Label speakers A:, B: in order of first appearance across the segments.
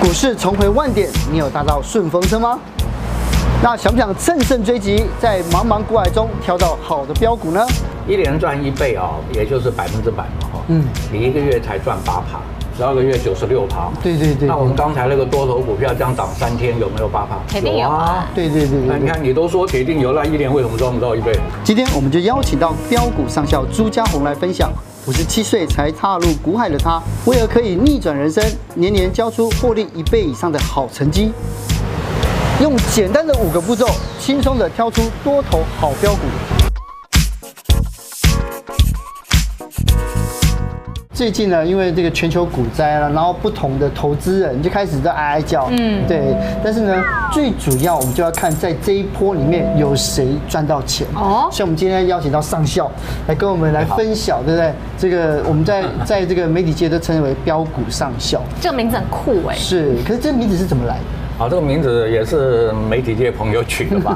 A: 股市重回万点，你有搭到顺风车吗？那想不想乘胜追击，在茫茫股海中挑到好的标股呢？
B: 一年赚一倍哦，也就是百分之百嘛哈、哦。
A: 嗯
B: 嗯，你一个月才赚八趴，十二个月九十六趴嘛。
A: 对对对
B: 那我们刚才那个多头股票这样涨三天，有没有八趴？
C: 肯定有啊。
A: 对对对
B: 那
A: 对
B: 你
A: 对。
B: 看，你都说铁定有，那一年为什么赚不到一倍？
A: 今天我们就邀请到标股上校朱家红来分享，五十七岁才踏入股海的他，为何可以逆转人生，年年交出获利一倍以上的好成绩？用简单的五个步骤，轻松的挑出多头好标股。最近呢，因为这个全球股灾了，然后不同的投资人就开始在哀哀叫，嗯，对。但是呢，最主要我们就要看在这一波里面有谁赚到钱。哦
C: 哦，
A: 所以我们今天邀请到上校来跟我们来分享，对不对？这个我们在在这个媒体界都称为标股上校，
C: 这个名字很酷哎、
A: 是。可是这名字是怎么来的？
B: 好，这个名字也是媒体界朋友取的 吧？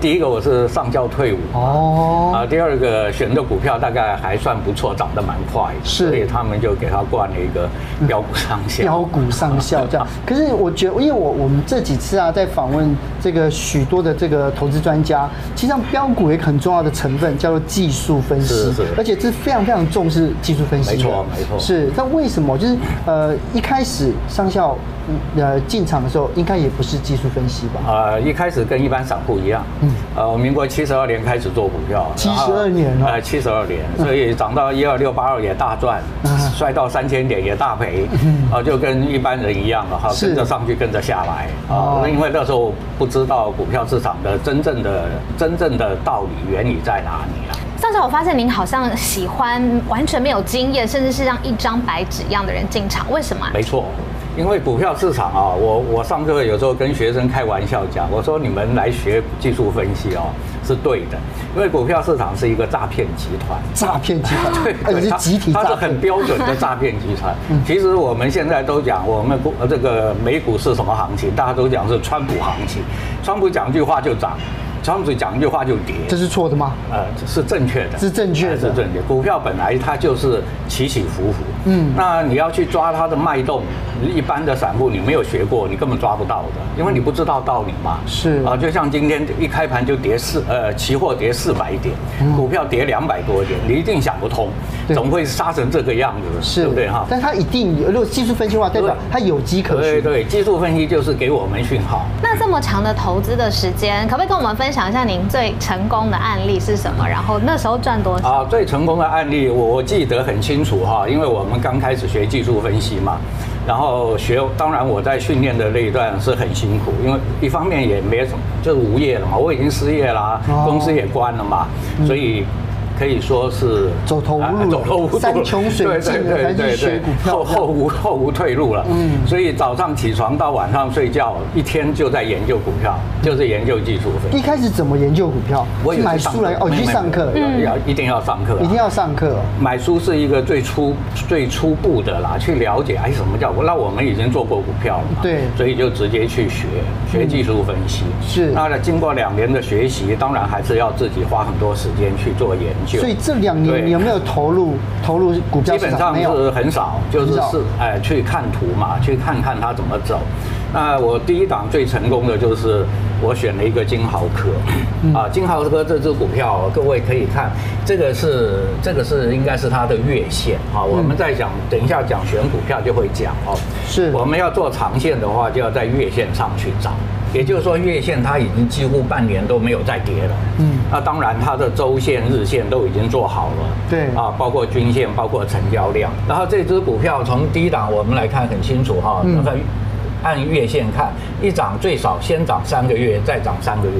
B: 第一个我是上校退伍。
A: 哦，
B: 啊，第二个选的股票大概还算不错，涨得蛮快，
A: 是
B: 所以他们就给他冠了一个标股上限。
A: 标股上校
B: 啊
A: 这样。可是我觉得，因为我我们这几次啊，在访问这个许多的这个投资专家，其实上标股有一个很重要的成分叫做技术分析
B: 是是，
A: 而且这非常非常重视技术分析的。
B: 没错没错
A: 是，但为什么就是呃一开始上校嗯呃进场的时候，应该也不是技术分析吧？
B: 呃，一开始跟一般散户一样，嗯，呃，我民国七十二年开始做股票，然后
A: 72年哦
B: 呃，七十二年，所以涨到一二六八二也大赚
A: 嗯，
B: 摔到三千点也大赔，啊，就跟一般人一样了哈，
A: 是
B: 跟着上去，跟着下来
A: 哦
B: 啊。那因为那时候不知道股票市场的真正的真正的道理原理在哪里啊。
C: 上次我发现您好像喜欢完全没有经验，甚至是像一张白纸一样的人进场，为什么、啊？
B: 没错，因为股票市场啊，我我上课有时候跟学生开玩笑讲，我说你们来学技术分析哦，是对的，因为股票市场是一个诈骗集团。
A: 诈骗集 团，啊而且是
B: 它
A: 集体
B: 它是
A: 诈骗嗯
B: 很。标准的诈骗集 团。其实我们现在都讲，我们股呃这个美股是什么行情？大家都讲是川普行情，川普讲一句话就涨，川普讲一句话就跌。
A: 这是错的吗？
B: 呃，是正确的，
A: 是正确的
B: 哎是正确。股票本来它就是起起伏伏，
A: 嗯
B: 那你要去抓它的脉动，一般的散户你没有学过，你根本抓不到的，因为你不知道道理嘛。
A: 是
B: 啊，就像今天一开盘就跌四，呃，期货跌四百点，股票跌两百多点，你一定想不通，
A: 嗯对
B: 怎么会杀成这个样子？
A: 是
B: 对不对哈？
A: 但它一定有，如果技术分析的话，代表
B: 对
A: 它有迹可
B: 对
A: 循。
B: 对，技术分析就是给我们讯号。
C: 那这么长的投资的时间，可不可以跟我们分享一下您最成功的案例是什么？然后那时候赚多少？
B: 啊，最成功的案例我我记得很清楚哈，因为我们刚开始学技术分析嘛，然后学，当然我在训练的那一段是很辛苦，因为一方面也没什么，就是无业了嘛，我已经失业啦，
A: 哦嗯
B: 公司也关了嘛，所以。可以说是
A: 走投无路
B: 啊
A: 了
B: 走投无路，
A: 山穷水
B: 对
A: 尽
B: 对
A: 了才去
B: 对对
A: 学
B: 对
A: 股票
B: 后
A: 这样
B: 后无后无退路了。
A: 嗯
B: 嗯，所以早上起床到晚上睡觉，一天就在研究股票，就是研究技术分析。
A: 一开始怎么研究股票？
B: 我
A: 去
B: 有
A: 买
B: 去上
A: 书
B: 课
A: 来哦，你去
B: 没有
A: 上课，
B: 没有要一定要上课啊，
A: 一定要上课哦。
B: 买书是一个最初最初步的啦，去了解哎什么叫那我们已经做过股票了嘛，
A: 对嗯
B: 所以就直接去学学技术分析。
A: 是
B: 那经过两年的学习，当然还是要自己花很多时间去做研究。
A: 所以这两年
B: 对
A: 你有没有投入投入股票
B: 基
A: 市
B: 本
A: 场？
B: 上
A: 没
B: 是
A: 有，
B: 很少，就是是哎去看图嘛，去看看它怎么走。那我第一档最成功的就是我选了一个金豪科，啊，金豪科这只股票，各位可以看，这个是这个是应该是它的月线啊。我们在讲，等一下讲选股票就会讲哦。
A: 是
B: 我们要做长线的话，就要在月线上去找。也就是说，月线它已经几乎半年都没有再跌了。
A: 嗯
B: 那当然它的周线、日线都已经做好了。
A: 对
B: 啊，包括均线，包括成交量。然后这只股票从低档我们来看很清楚哈、
A: 嗯
B: 那个按月线看，一涨最少先涨三个月，再涨三个月。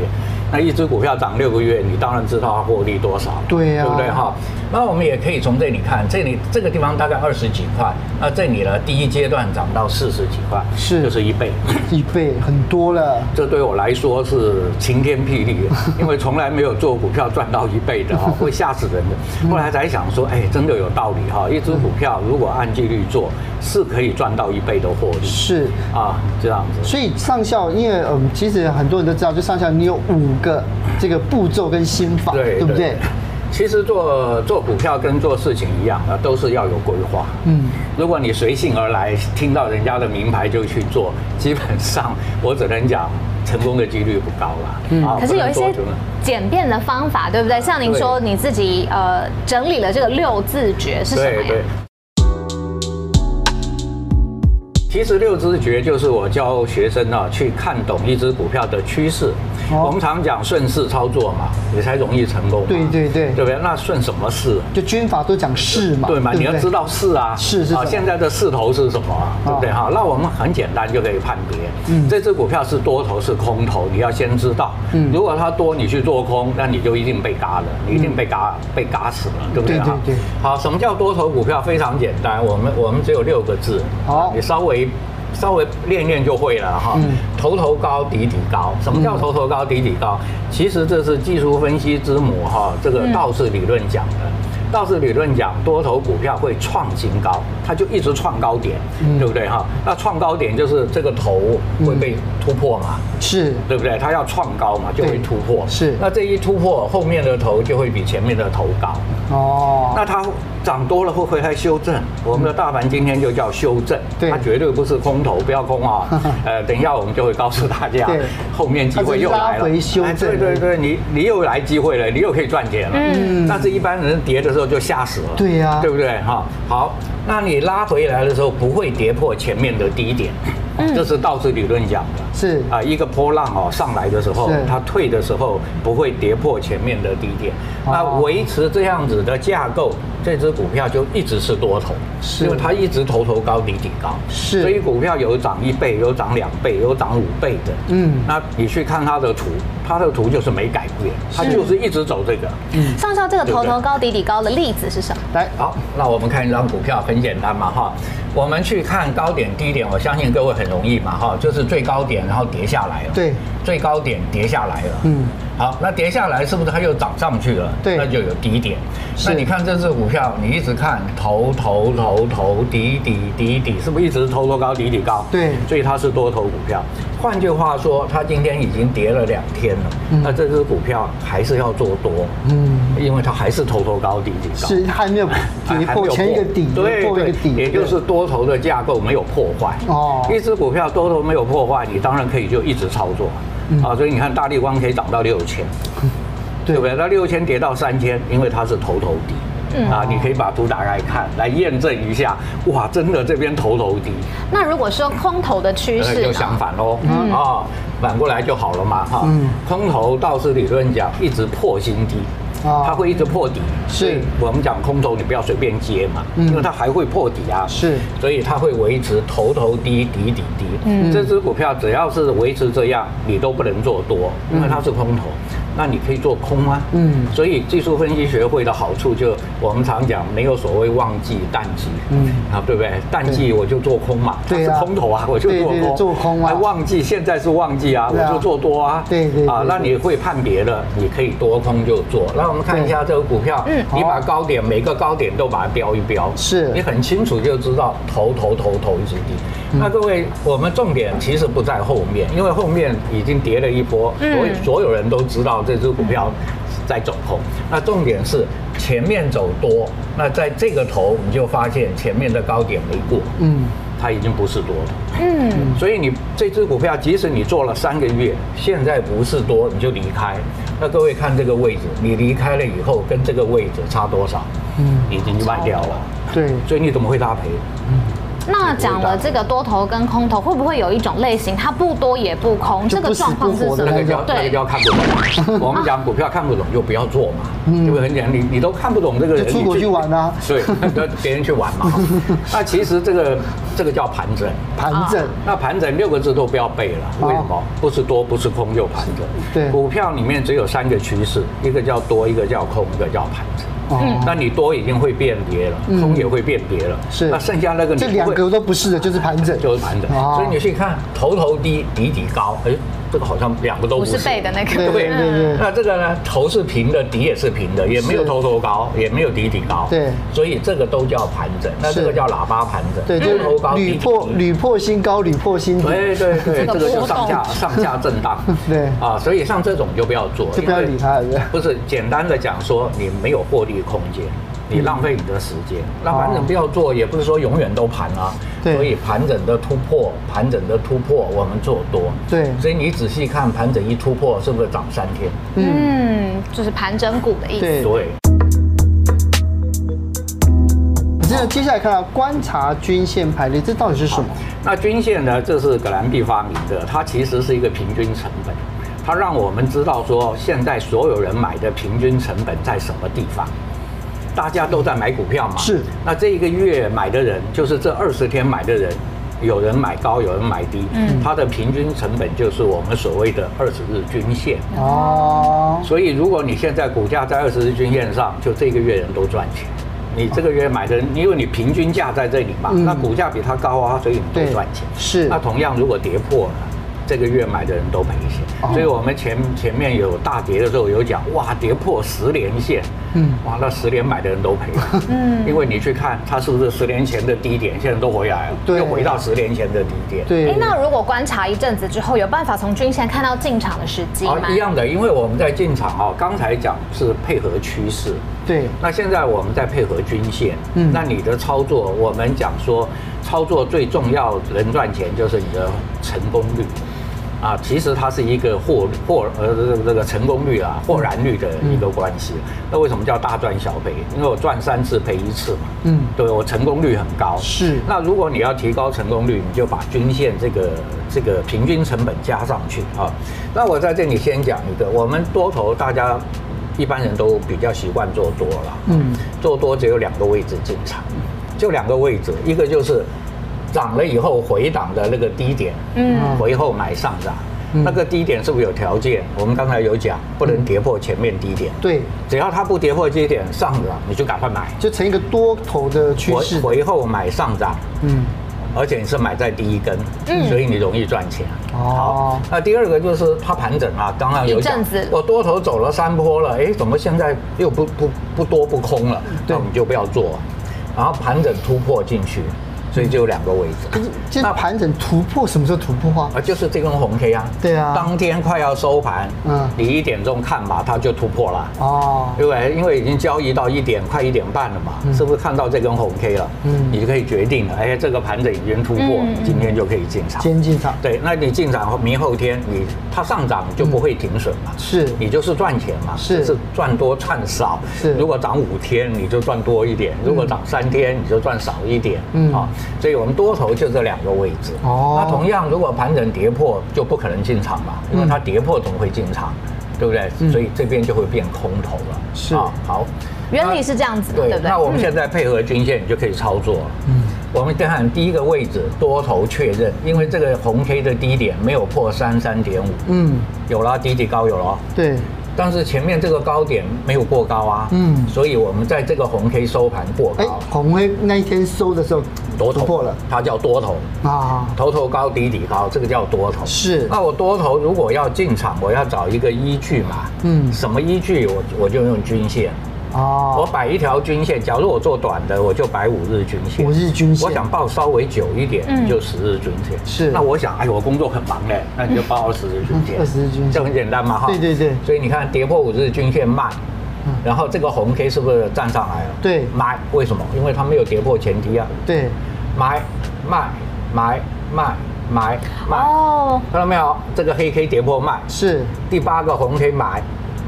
B: 那一只股票涨六个月，你当然知道它获利多少了，
A: 对呀
B: 对不对哈？那我们也可以从这里看，这里这个地方大概二十几块，那这里呢，第一阶段涨到四十几块，
A: 是
B: 就是一倍。
A: 一倍很多了。
B: 这对我来说是晴天霹雳， 因为从来没有做股票赚到一倍的哦哈，会吓死人
A: 嗯
B: 的。后来才想说，哎，真的有道理哈，一只股票如果按纪律做，是可以赚到一倍的获利
A: 是，
B: 啊，这样子。
A: 所以上校，因为嗯，其实很多人都知道，就上校你有五个这个步骤跟心法，
B: 对
A: 不对
B: 对？其实做做股票跟做事情一样啊，都是要有规划。
A: 嗯，
B: 如果你随性而来，听到人家的名牌就去做，基本上我只能讲成功的几率不高啦。
A: 嗯
B: 啊
C: 可是有一
B: 不能
C: 些
B: 做成了
C: 简便的方法，对不对？像您说你自己呃整理了这个六字诀是什么
B: 对
C: 呀
B: 对？。其实六知觉就是我教学生啊去看懂一只股票的趋势。
A: 哦
B: 我们常讲顺势操作嘛，你才容易成功嘛。
A: 对对对
B: 对不对？那顺什么势？
A: 就军法都讲势嘛，
B: 对嘛？
A: 不
B: 你要知道势啊，
A: 势是什
B: 啊，
A: 么哦
B: 现在的势头是什么啊，对不对哈？那我们很简单就可以判别，
A: 嗯
B: 这只股票是多头是空头，你要先知道。
A: 嗯
B: 如果它多，你去做空，那你就一定被嘎了，你一定被嘎被嘎死了，对不对
A: 对
B: 哈？
A: 对对
B: 好，什么叫多头股票？非常简单，我们我们只有六个字，啊
A: 好
B: 你稍微。稍微练练就会了哈
A: 嗯，
B: 头头高，底底高。什么叫头头高，底底高？其实这是技术分析之母哈，这个
C: 嗯
B: 道氏理论讲的。道氏理论讲，多头股票会创新高，它就一直创高点，
A: 嗯
B: 对不对哈？那创高点就是这个头会被突破嘛，
A: 是
B: 对不对？它要创高嘛，就会
A: 对
B: 突破。
A: 是
B: 那这一突破，后面的头就会比前面的头高。
A: 哦，
B: 那它涨多了会回来修正，我们的大盘今天就叫修正，
A: 对
B: 它绝对不是空头，不要空 啊、呃，等一下我们就会告诉大家
A: 对，
B: 后面机会又来
A: 它只是拉
B: 了，
A: 回修正
B: 哎对对对，你你又来机会了，你又可以赚钱了。
A: 嗯
B: 但是一般人跌的时候就吓死了，
A: 对呀
B: 对不对哈？好，那你拉回来的时候不会跌破前面的低点，
C: 嗯
B: 这是道氏理论讲的。
A: 是
B: 啊，一个波浪哦上来的时候
A: 是，
B: 它退的时候不会跌破前面的低点。那
A: 哦
B: 维持这样子的架构，这只股票就一直是多头，
A: 是
B: 因为它一直头头高底底高，
A: 是
B: 所以股票有涨一倍，有涨两倍，有涨五倍的。
A: 嗯
B: 那你去看它的图，它的图就是没改变，它就是一直走这个。
A: 嗯
C: 上校这个头头高底底高的例子是什么？
A: 来
B: 好，那我们看一张股票，很简单嘛哈。我们去看高点、低点，我相信各位很容易嘛哈，就是最高点，然后跌下来了。
A: 对，
B: 最高点跌下来了。
A: 嗯，
B: 好，那跌下来是不是它又涨上去了？
A: 对
B: 那就有低点。
A: 是
B: 那你看这只股票，你一直看头头头头底底底底，是不是一直头头高底底高？
A: 对
B: 所以它是多头股票。换句话说，它今天已经跌了两天了，
A: 嗯
B: 那这只股票还是要做多，
A: 嗯，
B: 因为它还是头头高底底高。
A: 是还没有跌
B: 还没
A: 破
B: 有
A: 前一个底，
B: 对
A: 破一个底，
B: 对，也就是多头的架构没有破坏。
A: 哦
B: 一只股票多头没有破坏，你当然可以就一直操作。
A: 嗯
B: 啊，所以你看大力光可以涨到六千，对不对？那六千跌到三千，因为它是头头底。
C: 嗯
B: 啊，你可以把图打开看，来验证一下。哇，真的这边头头底，
C: 那如果说空头的趋
B: 呃
C: 势
B: 就
C: 呢？
B: 相反喽。啊，反过来就好了嘛哈
A: 嗯。
B: 空头倒是理论讲一直破新低，
A: 哦
B: 它会一直破底。
A: 是
B: 所以我们讲空头你不要随便接嘛，
A: 嗯
B: 因为它还会破底啊。
A: 是
B: 所以它会维持头头低底底低。
C: 嗯
B: 这只股票只要是维持这样，你都不能做多，因为它是空头。那你可以做空啊，
A: 嗯
B: 所以技术分析学会的好处就我们常讲没有所谓旺季淡季，
A: 嗯
B: 啊对不对？淡季我就做空嘛，它
A: 对
B: 是
A: 啊
B: 空头啊，我就
A: 对
B: 做
A: 对对
B: 空，
A: 做空啊
B: 哎旺季现在是旺季啊，
A: 对啊
B: 我就做多啊，
A: 对对对
B: 啊，那你会判别的，你可以多空就做。那我们看一下这个股票，
C: 嗯
B: 你把高点每个高点都把它标一标，
A: 是
B: 你很清楚就知道头头头头一直低。
A: 嗯
B: 那各位，我们重点其实不在后面，因为后面已经跌了一波，所
C: 嗯
B: 以所有人都知道这只股票在走空。那重点是前面走多，那在这个头你就发现前面的高点没过，
A: 嗯，
B: 它已经不是多了。
C: 嗯，
B: 所以你这只股票，即使你做了三个月，现在不是多，你就离开。那各位看这个位置，你离开了以后，跟这个位置差多少？
A: 嗯
B: 已经卖掉了。
A: 对，
B: 所以你怎么会拉赔？
C: 那讲了这个多头跟空头，会不会有一种类型，它不多也不空，
A: 就
C: 这
A: 不
C: 个
A: 死
C: 状况是
A: 不活
C: 什
A: 的
B: 那
C: 么
B: 个叫？那个叫看不懂。 我们讲股票看不懂就不要做嘛，
A: 嗯
B: 对不对？很简单，你你都看不懂这个人，
A: 就出国
B: 你
A: 去玩啊
B: 对，跟别人去玩 嘛。那其实这个这个叫盘整。
A: 盘整
B: 那盘整六个字都不要背了，为什么？不是多，不是空，就盘整。
A: 哦对
B: 股票里面只有三个趋势，一个叫多，一个叫空，一个叫盘整。
A: 嗯
B: 那你多已经会辨别了，空也会辨别了，
A: 是
B: 那剩下那个你
A: 这
B: 不
A: 两
B: 会
A: 个都不是的，就是盘整。
B: 就是盘整，
A: 哦
B: 所以你去看头头低底底高，哎，这个好像两个都
C: 五
B: 不
C: 十
B: 是
C: 倍的那
A: 对
C: 个，嗯
B: 对
A: 对对对
B: 那这个呢，头是平的，底也是平的，也没有
A: 是
B: 头头高，也没有底底高。
A: 对
B: 所以这个都叫盘整，那这
A: 是
B: 个叫喇叭盘整。
A: 对，就
B: 头头
A: 是
B: 高，底
A: 屡
B: 底
A: 破
B: 低。
A: 屡破新高，屡破新低。。
B: 嗯哎对对对，
C: 这
B: 这
C: 个
B: 个就
C: 波动
B: 上下上下震荡
A: 对
B: 啊，所以像这种就不要做，
A: 就不要
B: 因为
A: 理它了对
B: 不是简单的讲说，你没有获利空间，你
A: 嗯
B: 浪费你的时间。那盘整不要做，也不是说永远都盘
A: 哦
B: 啊。
A: 对
B: 所以盘整的突破，盘整的突破，我们做多。
A: 对
B: 所以你仔细看盘整一突破，是不是涨三天？
A: 嗯，
C: 嗯，就是盘整股的意思。
A: 对。
B: 对。
A: 这个接下来看到观察均线排列，这到底是什么？
B: 那均线呢，这是葛兰碧发明的，它其实是一个平均成本，它让我们知道说现在所有人买的平均成本在什么地方。大家都在买股票嘛，
A: 是
B: 那这一个月买的人，就是这二十天买的人，有人买高，有人买低，嗯，它的平均成本就是我们所谓的二十日均线。
A: 哦，
B: 所以如果你现在股价在二十日均线上，就这个月人都赚钱。你这个月买的，因为你平均价在这里嘛，
A: 嗯
B: 那股价比它高啊，所以你
A: 对
B: 都赚钱。
A: 是
B: 那同样如果跌破了。这个月买的人都赔
A: 哦
B: 钱，所以我们前前面有大跌的时候有讲，哇，跌破十连线，
A: 嗯
B: 嗯，哇，那十连买的人都 赔了，嗯，因为你去看它是不是十年前的低点，现在都回来了，
A: 对
B: 又回到十年前的低点，
C: 哎
A: 对，，
C: 那如果观察一阵子之后，有办法从均线看到进场的时机
B: 啊
C: 吗？，
B: 一样的，因为我们在进场哦，刚才讲是配合趋势，
A: 对，
B: 那现在我们在配合均线，
A: 嗯
B: 那你的操作，我们讲说，操作最重要能赚钱就是你的成功率，啊，其实它是一个获获呃这个这个成功率啊获然率的一个关系。那为什么叫大赚小赔？因为我赚三次赔一次嘛，
A: 嗯
B: 对我成功率很高。
A: 是
B: 那如果你要提高成功率，你就把均线这个这个平均成本加上去啊。那我在这里先讲一个，我们多头大家一般人都比较习惯做多了，
A: 嗯，
B: 做多只有两个位置进场，就两个位置，一个就是涨了以后回档的那个低点，
C: 嗯
B: 回后买上涨，
A: 嗯
B: 那个低点是不是有条件？我们刚才有讲，不能跌破前面低点，
A: 对，
B: 只要它不跌破低点上涨，你就赶快买，
A: 就成一个多头的趋
B: 回
A: 势。
B: 回后买上涨，
A: 嗯，
B: 而且你是买在第一根，所以你容易赚钱。
A: 哦
B: 好，那第二个就是它盘整啊，刚刚有讲
C: 一阵子
B: 我多头走了三波了，哎，怎么现在又不不不多不空了？
A: 对
B: 那我们就不要做，然后盘整突破进去，所以就有两个位
A: 可
B: 置
A: 是。这盘整突破什么时候突破啊？
B: 啊，就是这根红 K 啊，
A: 对啊
B: 当天快要收盘，
A: 嗯
B: 嗯，你一点钟看吧，它就突破了。
A: 哦，
B: 对不对？因为已经交易到一点快一点半了嘛，是不是看到这根红 K 了？
A: 嗯
B: 你就可以决定了，哎，这个盘整已经突破，
C: 嗯嗯
B: 今天就可以进场。
A: 先进场。
B: 对，那你进场后，明后天你它上涨就不会停损嘛，
A: 嗯是
B: 你就是赚钱嘛，
A: 是
B: 就是赚多赚少。
A: 是
B: 如果涨五天你就赚多一点，如果涨三天你就赚少一点，
A: 嗯
B: 啊，所以我们多头就这两个位置。
A: 哦
B: 那同样如果盘整跌破就不可能进场嘛，因为它跌破总会进场，对不
A: 嗯
B: 对？所以这边就会变空头了。
A: 是
B: 啊好，
C: 原理是这样子嘛，对不对？
B: 那我们
C: 嗯
B: 现在配合均线，你就可以操作。嗯，我们看第一个位置多头确认，因为这个红 K 的低点没有破三三点五，
A: 嗯，
B: 有了底底高有了，
A: 对，
B: 但是前面这个高点没有过高啊，
A: 嗯
B: 所以我们在这个红 K 收盘过
A: 哎
B: 高，，
A: 红黑那一天收的时候
B: 多
A: 突
B: 头
A: 破了
B: 它叫多头。
A: 啊，
B: 头头高，底底高，这个叫多头。
A: 是
B: 那我多头如果要进场，我要找一个依据嘛。
A: 嗯
B: 什么依据？我我就用均线。我
A: 哦，
B: 摆一条均线，假如我做短的，我就摆五日均线。
A: 五日均线
B: 我想报稍微久一点，
C: 嗯
B: 就十日均线。
A: 是
B: 那我想，哎，我工作很忙嘞，那你就报二十日均线。
A: 嗯20日均线
B: 这很简单嘛，哈。
A: 对对对
B: 所以你看，跌破五日均线卖
A: 嗯，
B: 然后这个红 K 是不是站上来了？
A: 对
B: 买为什么？因为它没有跌破前低啊。
A: 对，
B: 买卖买卖买卖，
C: 哦，
B: 看到没有？这个黑 K 跌破卖，
A: 是
B: 第八个红 K 买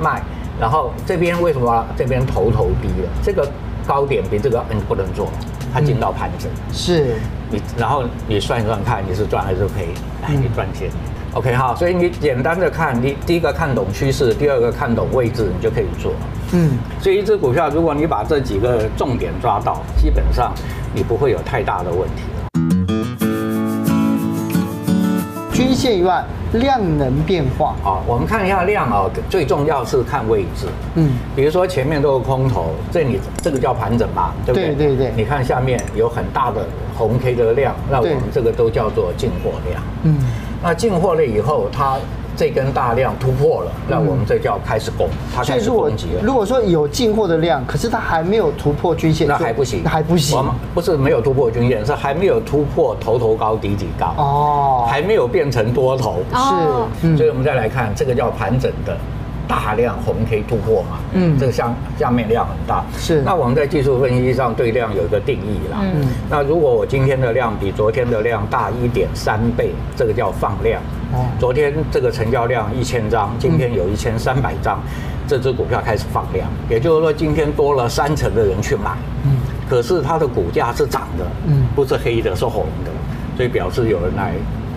B: 卖，然后这边为什么这边头头低了？这个高点比这个嗯不能做，它进到盘整。
A: 是，
B: 你然后你算一算看你是赚还是赔，哎，你赚钱。OK 哈，所以你简单的看，你第一个看懂趋势，第二个看懂位置，你就可以做。
A: 嗯，
B: 所以一只股票，如果你把这几个重点抓到，基本上你不会有太大的问题了。
A: 均线以外，量能变化。
B: 啊，我们看一下量啊，最重要是看位置。
A: 嗯，
B: 比如说前面都是空头，这你这个叫盘整嘛，对不对？
A: 对对对
B: 你看下面有很大的红 K 的量，那我
A: 对
B: 们这个都叫做进货量。
A: 嗯，
B: 那进货了以后，它这根大量突破了，那我们这叫开始攻，它
A: 所
B: 开
A: 以
B: 始
A: 如果
B: 攻击了。
A: 如果说有进货的量，可是它还没有突破均线，
B: 那
A: 就
B: 还不行，
A: 还不行
B: 我。们不是没有突破均线，是还没有突破头头高底底高，
A: 哦，
B: 还没有变成多头。
C: 哦
A: 是，嗯
B: 所以我们再来看，这个叫盘整的大量红 K 突破嘛，
A: 嗯
B: 这个下下面量很大，
A: 是
B: 那我们在技术分析上对量有一个定义啦，
C: 嗯
B: 那如果我今天的量比昨天的量大一点三倍，这个叫放量。
A: 哦嗯
B: 昨天这个成交量一千张，今天有一千三百张，这只股票开始放量，也就是说今天多了三成的人去买，
A: 嗯
B: 可是它的股价是涨的，
A: 嗯
B: 不是黑的，是红的，所以表示有人来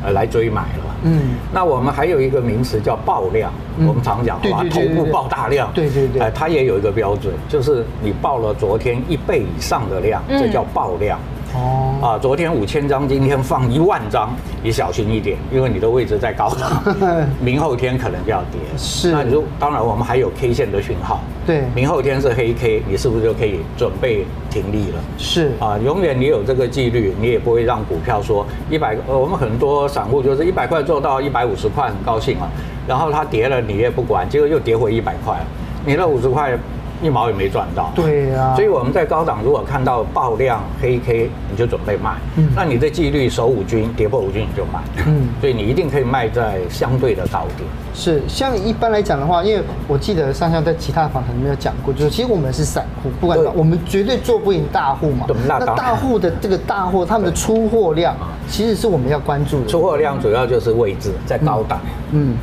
B: 呃来追买了。
A: 嗯
B: 那我们还有一个名词叫爆量，
A: 嗯
B: 我们常讲
A: 对
B: 哇
A: 对，
B: 头
A: 对对
B: 部
A: 对
B: 爆大量，
A: 对对对
B: 哎它也有一个标准，就是你爆了昨天一倍以上的量，
C: 嗯
B: 这叫爆量。
A: 哦，，
B: 啊，昨天五千张，今天放一万张，你小心一点，因为你的位置在高档 明后天可能就要跌。
A: 是
B: 那如当然我们还有 K 线的讯号，
A: 对
B: 明后天是黑 K，你是不是就可以准备停利了？
A: 是
B: 啊，永远你有这个纪律，你也不会让股票说一百，呃，我们很多散户就是一百块做到一百五十块，很高兴啊，然后它跌了你也不管，结果又跌回一百块，你那五十块一毛也没赚到。
A: 对啊
B: 所以我们在高档如果看到爆量黑 K，你就准备卖，
A: 嗯
B: 那你的纪律守五均，跌破五均你就卖，
A: 嗯
B: 所以你一定可以卖在相对的高点。
A: 是，像一般来讲的话，因为我记得上校在其他的访谈里面有讲过，就是其实我们是散户，不管
B: 对
A: 怎么样我们绝对做不赢大户嘛
B: 对。那当然
A: 大户的这个大户，他们的出货量其实是我们要关注的。
B: 出货量主要就是位置在高档。
A: 嗯，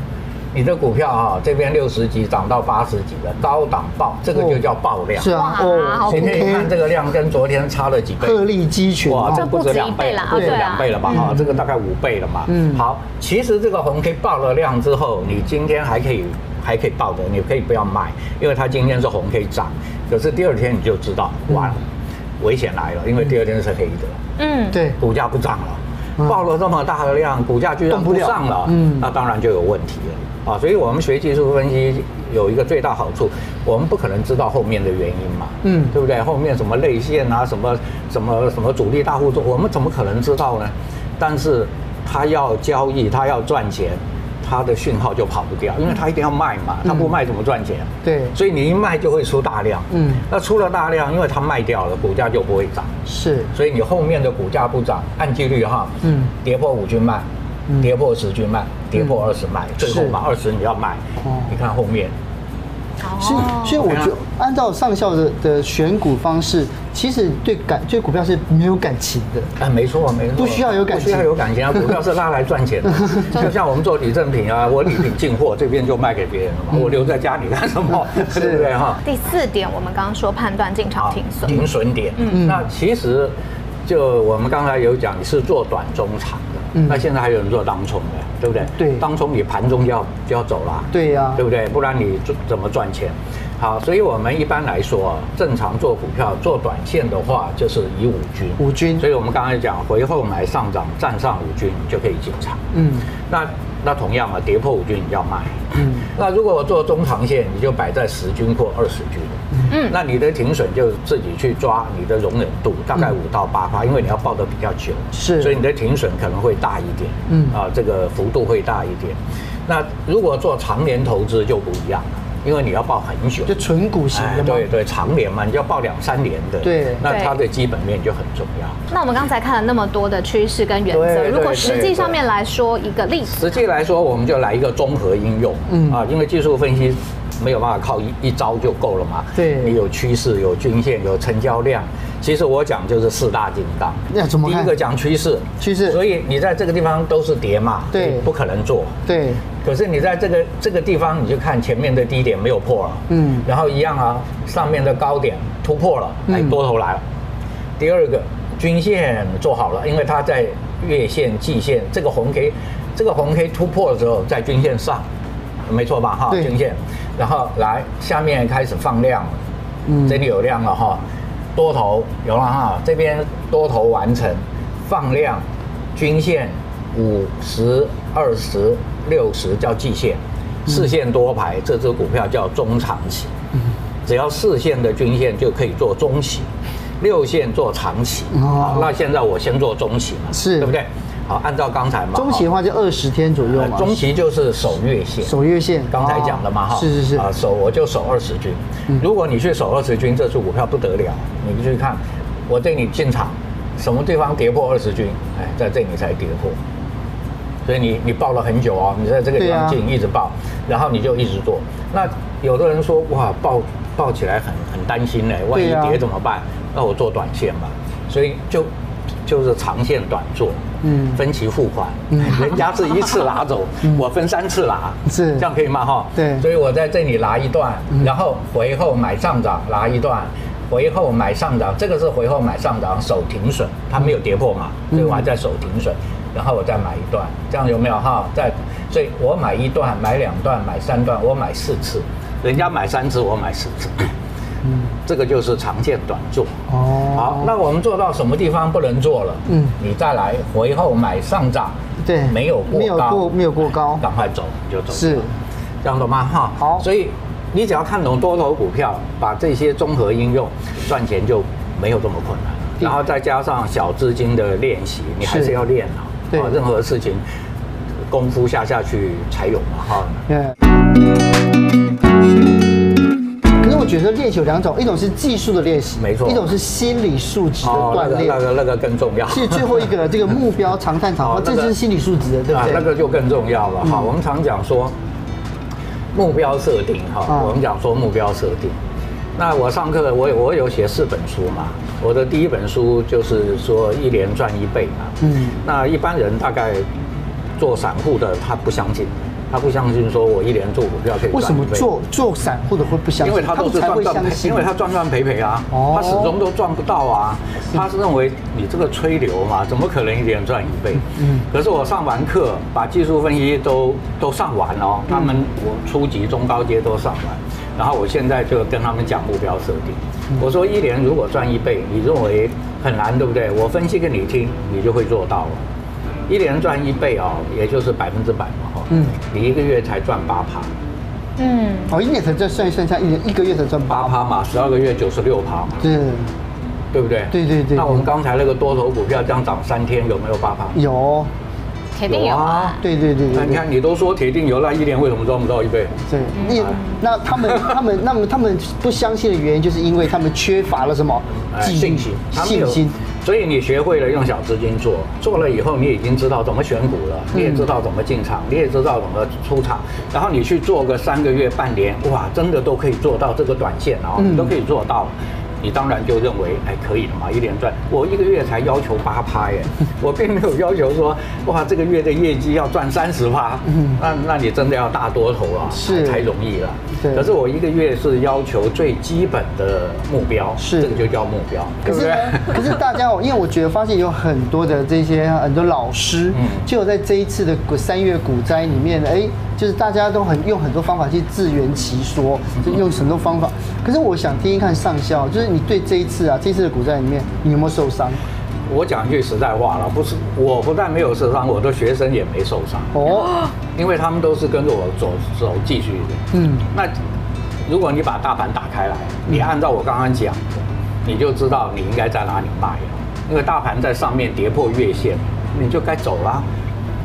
B: 你的股票啊，这边六十几涨到八十几的高档爆，这个就叫爆量。
A: 哦是啊，
C: 哇好
B: 前天一看这个量跟昨天差了几倍，
A: 鹤立鸡群
B: 哇，
A: 哦
B: 这不止两
C: 这不止一倍
B: 倍
C: 啦
B: 不止
C: 啊对啊
B: 两倍了吧？哈，这个大概五倍了嘛。
A: 嗯
B: 好，其实这个红 K 爆了量之后，你今天还可以还可以爆的，你可以不要卖，因为它今天是红 K 涨，可是第二天你就知道完了，危险来了，因为第二天是黑的。
C: 嗯，
A: 对，
B: 股价不涨
A: 嗯
B: 了，爆了这么大的量，股价居然
A: 动不
B: 不
A: 了
B: 上了，
A: 嗯
B: 那当然就有问题了啊！所以我们学技术分析有一个最大好处，我们不可能知道后面的原因嘛，
A: 嗯
B: 对不对？后面什么泪腺啊，什么什么什么主力大户做，我们怎么可能知道呢？但是他要交易，他要赚钱。他的讯号就跑不掉，因为他一定要卖嘛，他不卖怎么赚钱？
A: 嗯对
B: 所以你一卖就会出大量，
A: 嗯
B: 那出了大量，因为他卖掉了，股价就不会涨，
A: 是，
B: 所以你后面的股价不涨，按纪律哈，
A: 嗯
B: 跌破五均卖
A: 嗯，
B: 跌破十均卖，跌破二十卖，最后嘛二十你要卖
A: 哦，
B: 你看后面
C: 哦
A: 所以
B: 哦
A: 所以我觉得按照上校的的选股方式，其实对感对股票是没有感情的。
B: 哎，没错，没错，
A: 不需要有感情
B: 不需要 有感情啊！股票是拉来赚钱的，就像我们做礼赠品啊，我礼品进货，这边就卖给别人了嘛，我留在家里干什么？
A: 嗯 是
B: 对不对哈？
C: 第四点，我们刚刚说判断进场
B: 好
C: 停损，
B: 停损点。
C: 嗯
B: 那其实就我们刚才有讲，你是做短中长的，
A: 嗯
B: 那现在还有人做当冲的，对不对？
A: 对
B: 当冲你盘中就要就要走啦。
A: 对啊呀
B: 对不对？不然你怎怎么赚钱？好，所以我们一般来说啊，正常做股票做短线的话，就是以五均。
A: 五均
B: 所以我们刚才讲回后买上涨站上五均就可以进场。
A: 嗯
B: 那那同样嘛，啊跌破五均你要卖。
A: 嗯
B: 那如果我做中长线，你就摆在十均或二十均。
C: 嗯
B: 那你的停损就自己去抓你的容忍度，大概
A: 嗯
B: 五到八趴，因为你要抱得比较久，
A: 是
B: 所以你的停损可能会大一点，
A: 嗯
B: 啊，这个幅度会大一点。那如果做长年投资就不一样了，因为你要抱很久，
A: 就纯股型
B: 哎
A: 的嘛。
B: 对对，长年嘛，你就要抱两三年的，
A: 对
B: 那它
C: 对
B: 的基本面就很重要。
C: 那我们刚才看了那么多的趋势跟原则，
B: 对
C: 如果
B: 对
C: 实
B: 对
C: 际
B: 对
C: 上面来说一个例子，
B: 实际来说，我们就来一个综合应用，
A: 嗯
B: 啊，因为技术分析没有办法靠一一招就够了嘛。
A: 对
B: 你有趋势，有均线，有成交量。其实我讲就是四大进档。
A: 那怎么
B: 第
A: 看
B: 一个讲趋势，
A: 趋势
B: 所以你在这个地方都是跌嘛，
A: 对
B: 你不可能做。
A: 对
B: 可是你在这个这个地方，你就看前面的低点没有破了，
A: 嗯
B: 然后一样啊，上面的高点突破了，哎，
A: 嗯
B: 多头来了。第二个均线做好了，因为它在月线、季线这个红 K，这个红 K 突破的时候在均线上，没错吧？哈，
A: 对
B: 均线，然后来下面开始放量了，
A: 嗯
B: 这里有量了哈，多头有了哈，这边多头完成，放量，均线五十、二十、六十叫季线，
A: 嗯
B: 四线多排这只股票叫中长期，只要四线的均线就可以做中期，六线做长期。
A: 哦
B: 好那现在我先做中期嘛，
A: 是
B: 对不对？好，按照刚才嘛，
A: 中期的话就二十天左右
B: 呃
A: 嘛，
B: 中期就是守月线，
A: 守月线，
B: 刚才讲的嘛哈、
A: 哦是是嗯是，
B: 啊，守我就守二十均。如果你去守二十均，这只股票不得了，你去看，我对你进场，什么地方跌破二十均，哎，在这里才跌破。所以你你报了很久哦，你在这个地方
A: 对啊
B: 进一直报，然后你就一直做。那有的人说哇，报报起来很很担心呢，万一
A: 对啊
B: 跌怎么办？那我做短线吧。所以就就是长线短做，
A: 嗯
B: 分期付款，人家是一次拿 走，我分三次拿，
A: 是
B: 这样可以吗？哈，
A: 对嗯
B: 所以我在这里拿一段，然后回后买上涨拿一段，回后买上涨，这个是回后买上涨守停损，它没有跌破嘛，
A: 嗯
B: 所以我还在守停损，然后我再买一段，这样有没有哈？再，所以我买一段，买两段，买三段，我买四次，人家买三次，我买四次，
A: 嗯，
B: 这个就是长线短做。
A: 哦，
B: 好，那我们做到什么地方不能做了？
A: 嗯
B: 你再来回后买上涨，
A: 对
B: 没有过高，
A: 没有过没有过高
B: 赶快走你就走，
A: 是，
B: 这样懂吗？哈，
A: 好
B: 所以你只要看懂多头股票，把这些综合应用，赚钱就没有这么困难。
A: 对
B: 然后再加上小资金的练习，你还
A: 是
B: 是要练啊，
A: 对
B: 啊任何事情功夫下下去才有嘛，哈。
A: 对。可是我觉得练习有两种，一种是技术的练习，
B: 没错哦
A: 一种是心理素质的锻
B: 那个
A: 炼。
B: 那个那个更重要。
A: 是最后一个这个目标常探讨，
B: 哦
A: 这
B: 那个
A: 是心理素质的，对不
B: 啊
A: 对？，嗯
B: 那个就更重要了。好，我们常讲说目标设定哈
A: 啊，
B: 我们讲说目标设定。那我上课我有我有写四本书嘛，我的第一本书就是说一年赚一倍嘛。
A: 嗯
B: 那一般人大概做散户的他不相信，他不相信说我一年做股票可以赚一倍。
A: 为什么做做散户的会不相信？
B: 因为他都
A: 们
B: 是
A: 才
B: 赚
A: 会
B: 赚
A: 相
B: 赔，
A: 信，
B: 因为他赚赚赔赔啊，
A: 哦
B: 他始终都赚不到啊。他是认为你这个吹牛嘛，怎么可能一年赚一倍？
A: 嗯
B: 可是我上完课，把技术分析都都上完哦，
A: 嗯
B: 他们我初级、中高阶都上完，然后我现在就跟他们讲目标设定。
A: 嗯
B: 我说一年如果赚一倍，你认为很难对不对？我分析给你听，你就会做到了。一年赚一倍哦，也就是百分之百嘛哈。
A: 嗯
B: 你一个月才赚八趴。
C: 嗯，
A: 哦，一年才赚算一算下，一年一个月才赚
B: 八
A: 八
B: 趴嘛，十二个月九十六趴嘛，
A: 是
B: 对不对？
A: 对对对
B: 那我们刚才那个多头股票这样涨三天，有没有八趴？
A: 有，
C: 铁定有啊。
A: 对对对
B: 那
A: 对
B: 你
A: 对。
B: 看，你都说铁定有，那一年为什么赚不到一倍？
A: 对，那那他 们他们那么他们不相信的原因，就是因为他们缺乏了什么
B: 哎
A: 纪律
B: 信心，他们
A: 信
B: 有
A: 心。
B: 所以你学会了用小资金做，做了以后你已经知道怎么选股了，
A: 嗯
B: 你也知道怎么进场，你也知道怎么出场，然后你去做个三个月、半年，哇，真的都可以做到这个短线哦，
A: 嗯
B: 你都可以做到。你当然就认为，哎，可以了嘛，一连赚。我一个月才要求八 趴耶，我并没有要求说，哇，这个月的业绩要赚三十趴
A: 嗯，
B: 那那你真的要大多头啊，
A: 是
B: 才容易了。
A: 对
B: 可是我一个月是要求最基本的目标，
A: 是
B: 这个就叫目标，
A: 可
B: 对不
A: 是
B: 对
A: 呢？ 可是大家哦，因为我觉得发现有很多的这些很多老师
B: 嗯，
A: 就有在这一次的股三月股灾里面，哎，就是大家都很用很多方法去自圆其说，就
B: 嗯
A: 用很多方法。可是我想听听看上校，就是你对这一次啊，这一次的股灾里面，你有没有受伤？
B: 我讲一句实在话了，不是我不但没有受伤，我的学生也没受伤，
A: 哦，
B: 因为他们都是跟着我走走继续的。
A: 嗯，
B: 那如果你把大盘打开来，你按照我刚刚讲的，你就知道你应该在哪里卖了，因为大盘在上面跌破月线，你就该走啦。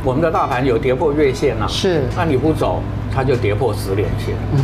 B: 我们的大盘有跌破月线呐、
A: 是
B: 那你不走，它就跌破十连线，
A: 嗯，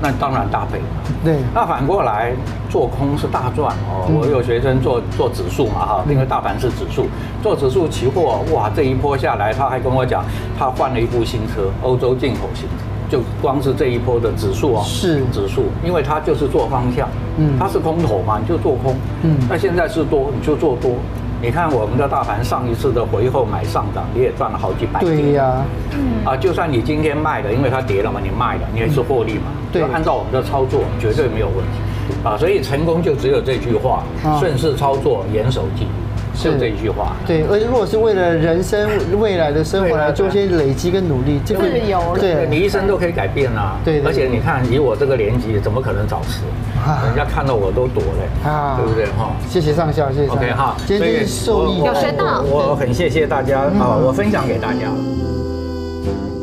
B: 那当然大赔了。
A: 对，
B: 那反过来做空是大赚哦，
A: 嗯
B: 我有学生做做指数嘛哈，因为大盘是指数，做指数期货，哇，这一波下来，他还跟我讲，他换了一部新车，欧洲进口新车，就光是这一波的指数哦，
A: 是
B: 指数，因为它就是做方向，
A: 嗯
B: 它是空头嘛，你就做空，
A: 嗯
B: 那现在是多，你就做多。你看我们的大盘上一次的回后买上涨，你也赚了好几百点。
A: 对呀、嗯
B: 啊，就算你今天卖了，因为它跌了嘛，你卖了，你也是获利嘛。
A: 对
B: 就按照我们的操作，绝对没有问题。啊，所以成功就只有这句话：
A: 啊
B: 顺势操作，严守纪律。就这一句话。
A: 对，而且如果是为了人生未来的生活来做些累积跟努力，这个
C: 自由了
A: 对
B: 你一生都可以改变啊。
A: 对对
B: 而且你看，以我这个年纪，怎么可能早死？
A: 啊
B: 人家看到我都躲嘞，
A: 啊
B: 对不对哈？
A: 谢谢上校，谢谢上校
B: OK 哈，
A: 今天真是受益
B: 所以我
C: 有学到
B: 我我我很谢谢大家啊，我分享给大家。
A: 嗯